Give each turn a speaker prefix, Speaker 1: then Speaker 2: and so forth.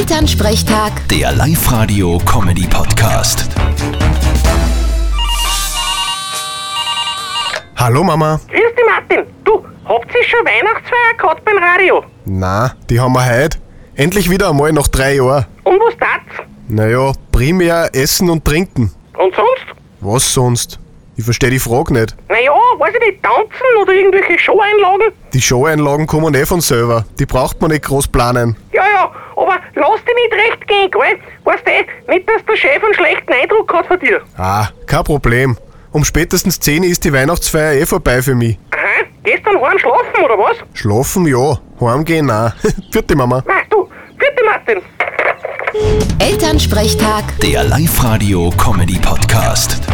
Speaker 1: Elternsprechtag,
Speaker 2: Der Live-Radio-Comedy-Podcast.
Speaker 3: Hallo Mama.
Speaker 4: Grüß dich, Martin. Du, habt ihr schon Weihnachtsfeier gehabt beim Radio?
Speaker 3: Na, die haben wir heut. Endlich wieder einmal nach drei Jahren.
Speaker 4: Und was tat's?
Speaker 3: Naja, primär Essen und Trinken.
Speaker 4: Und sonst?
Speaker 3: Was sonst? Ich verstehe die Frage nicht.
Speaker 4: Naja, weiß ich nicht, tanzen oder irgendwelche Show-Einlagen?
Speaker 3: Die Show-Einlagen kommen eh von selber. Die braucht man nicht groß planen.
Speaker 4: Ja, ja, aber lass dich nicht recht gehen, gell? Weißt du, eh, nicht, dass der Chef einen schlechten Eindruck hat von dir.
Speaker 3: Ah, kein Problem. Um spätestens 10 ist die Weihnachtsfeier eh vorbei für mich.
Speaker 4: Aha, gestern waren schlafen, oder was?
Speaker 3: Schlafen ja, heimgehen nein. Vierte Mama.
Speaker 4: Nein, du, bitte, Martin.
Speaker 1: Elternsprechtag.
Speaker 2: Der Live-Radio-Comedy-Podcast.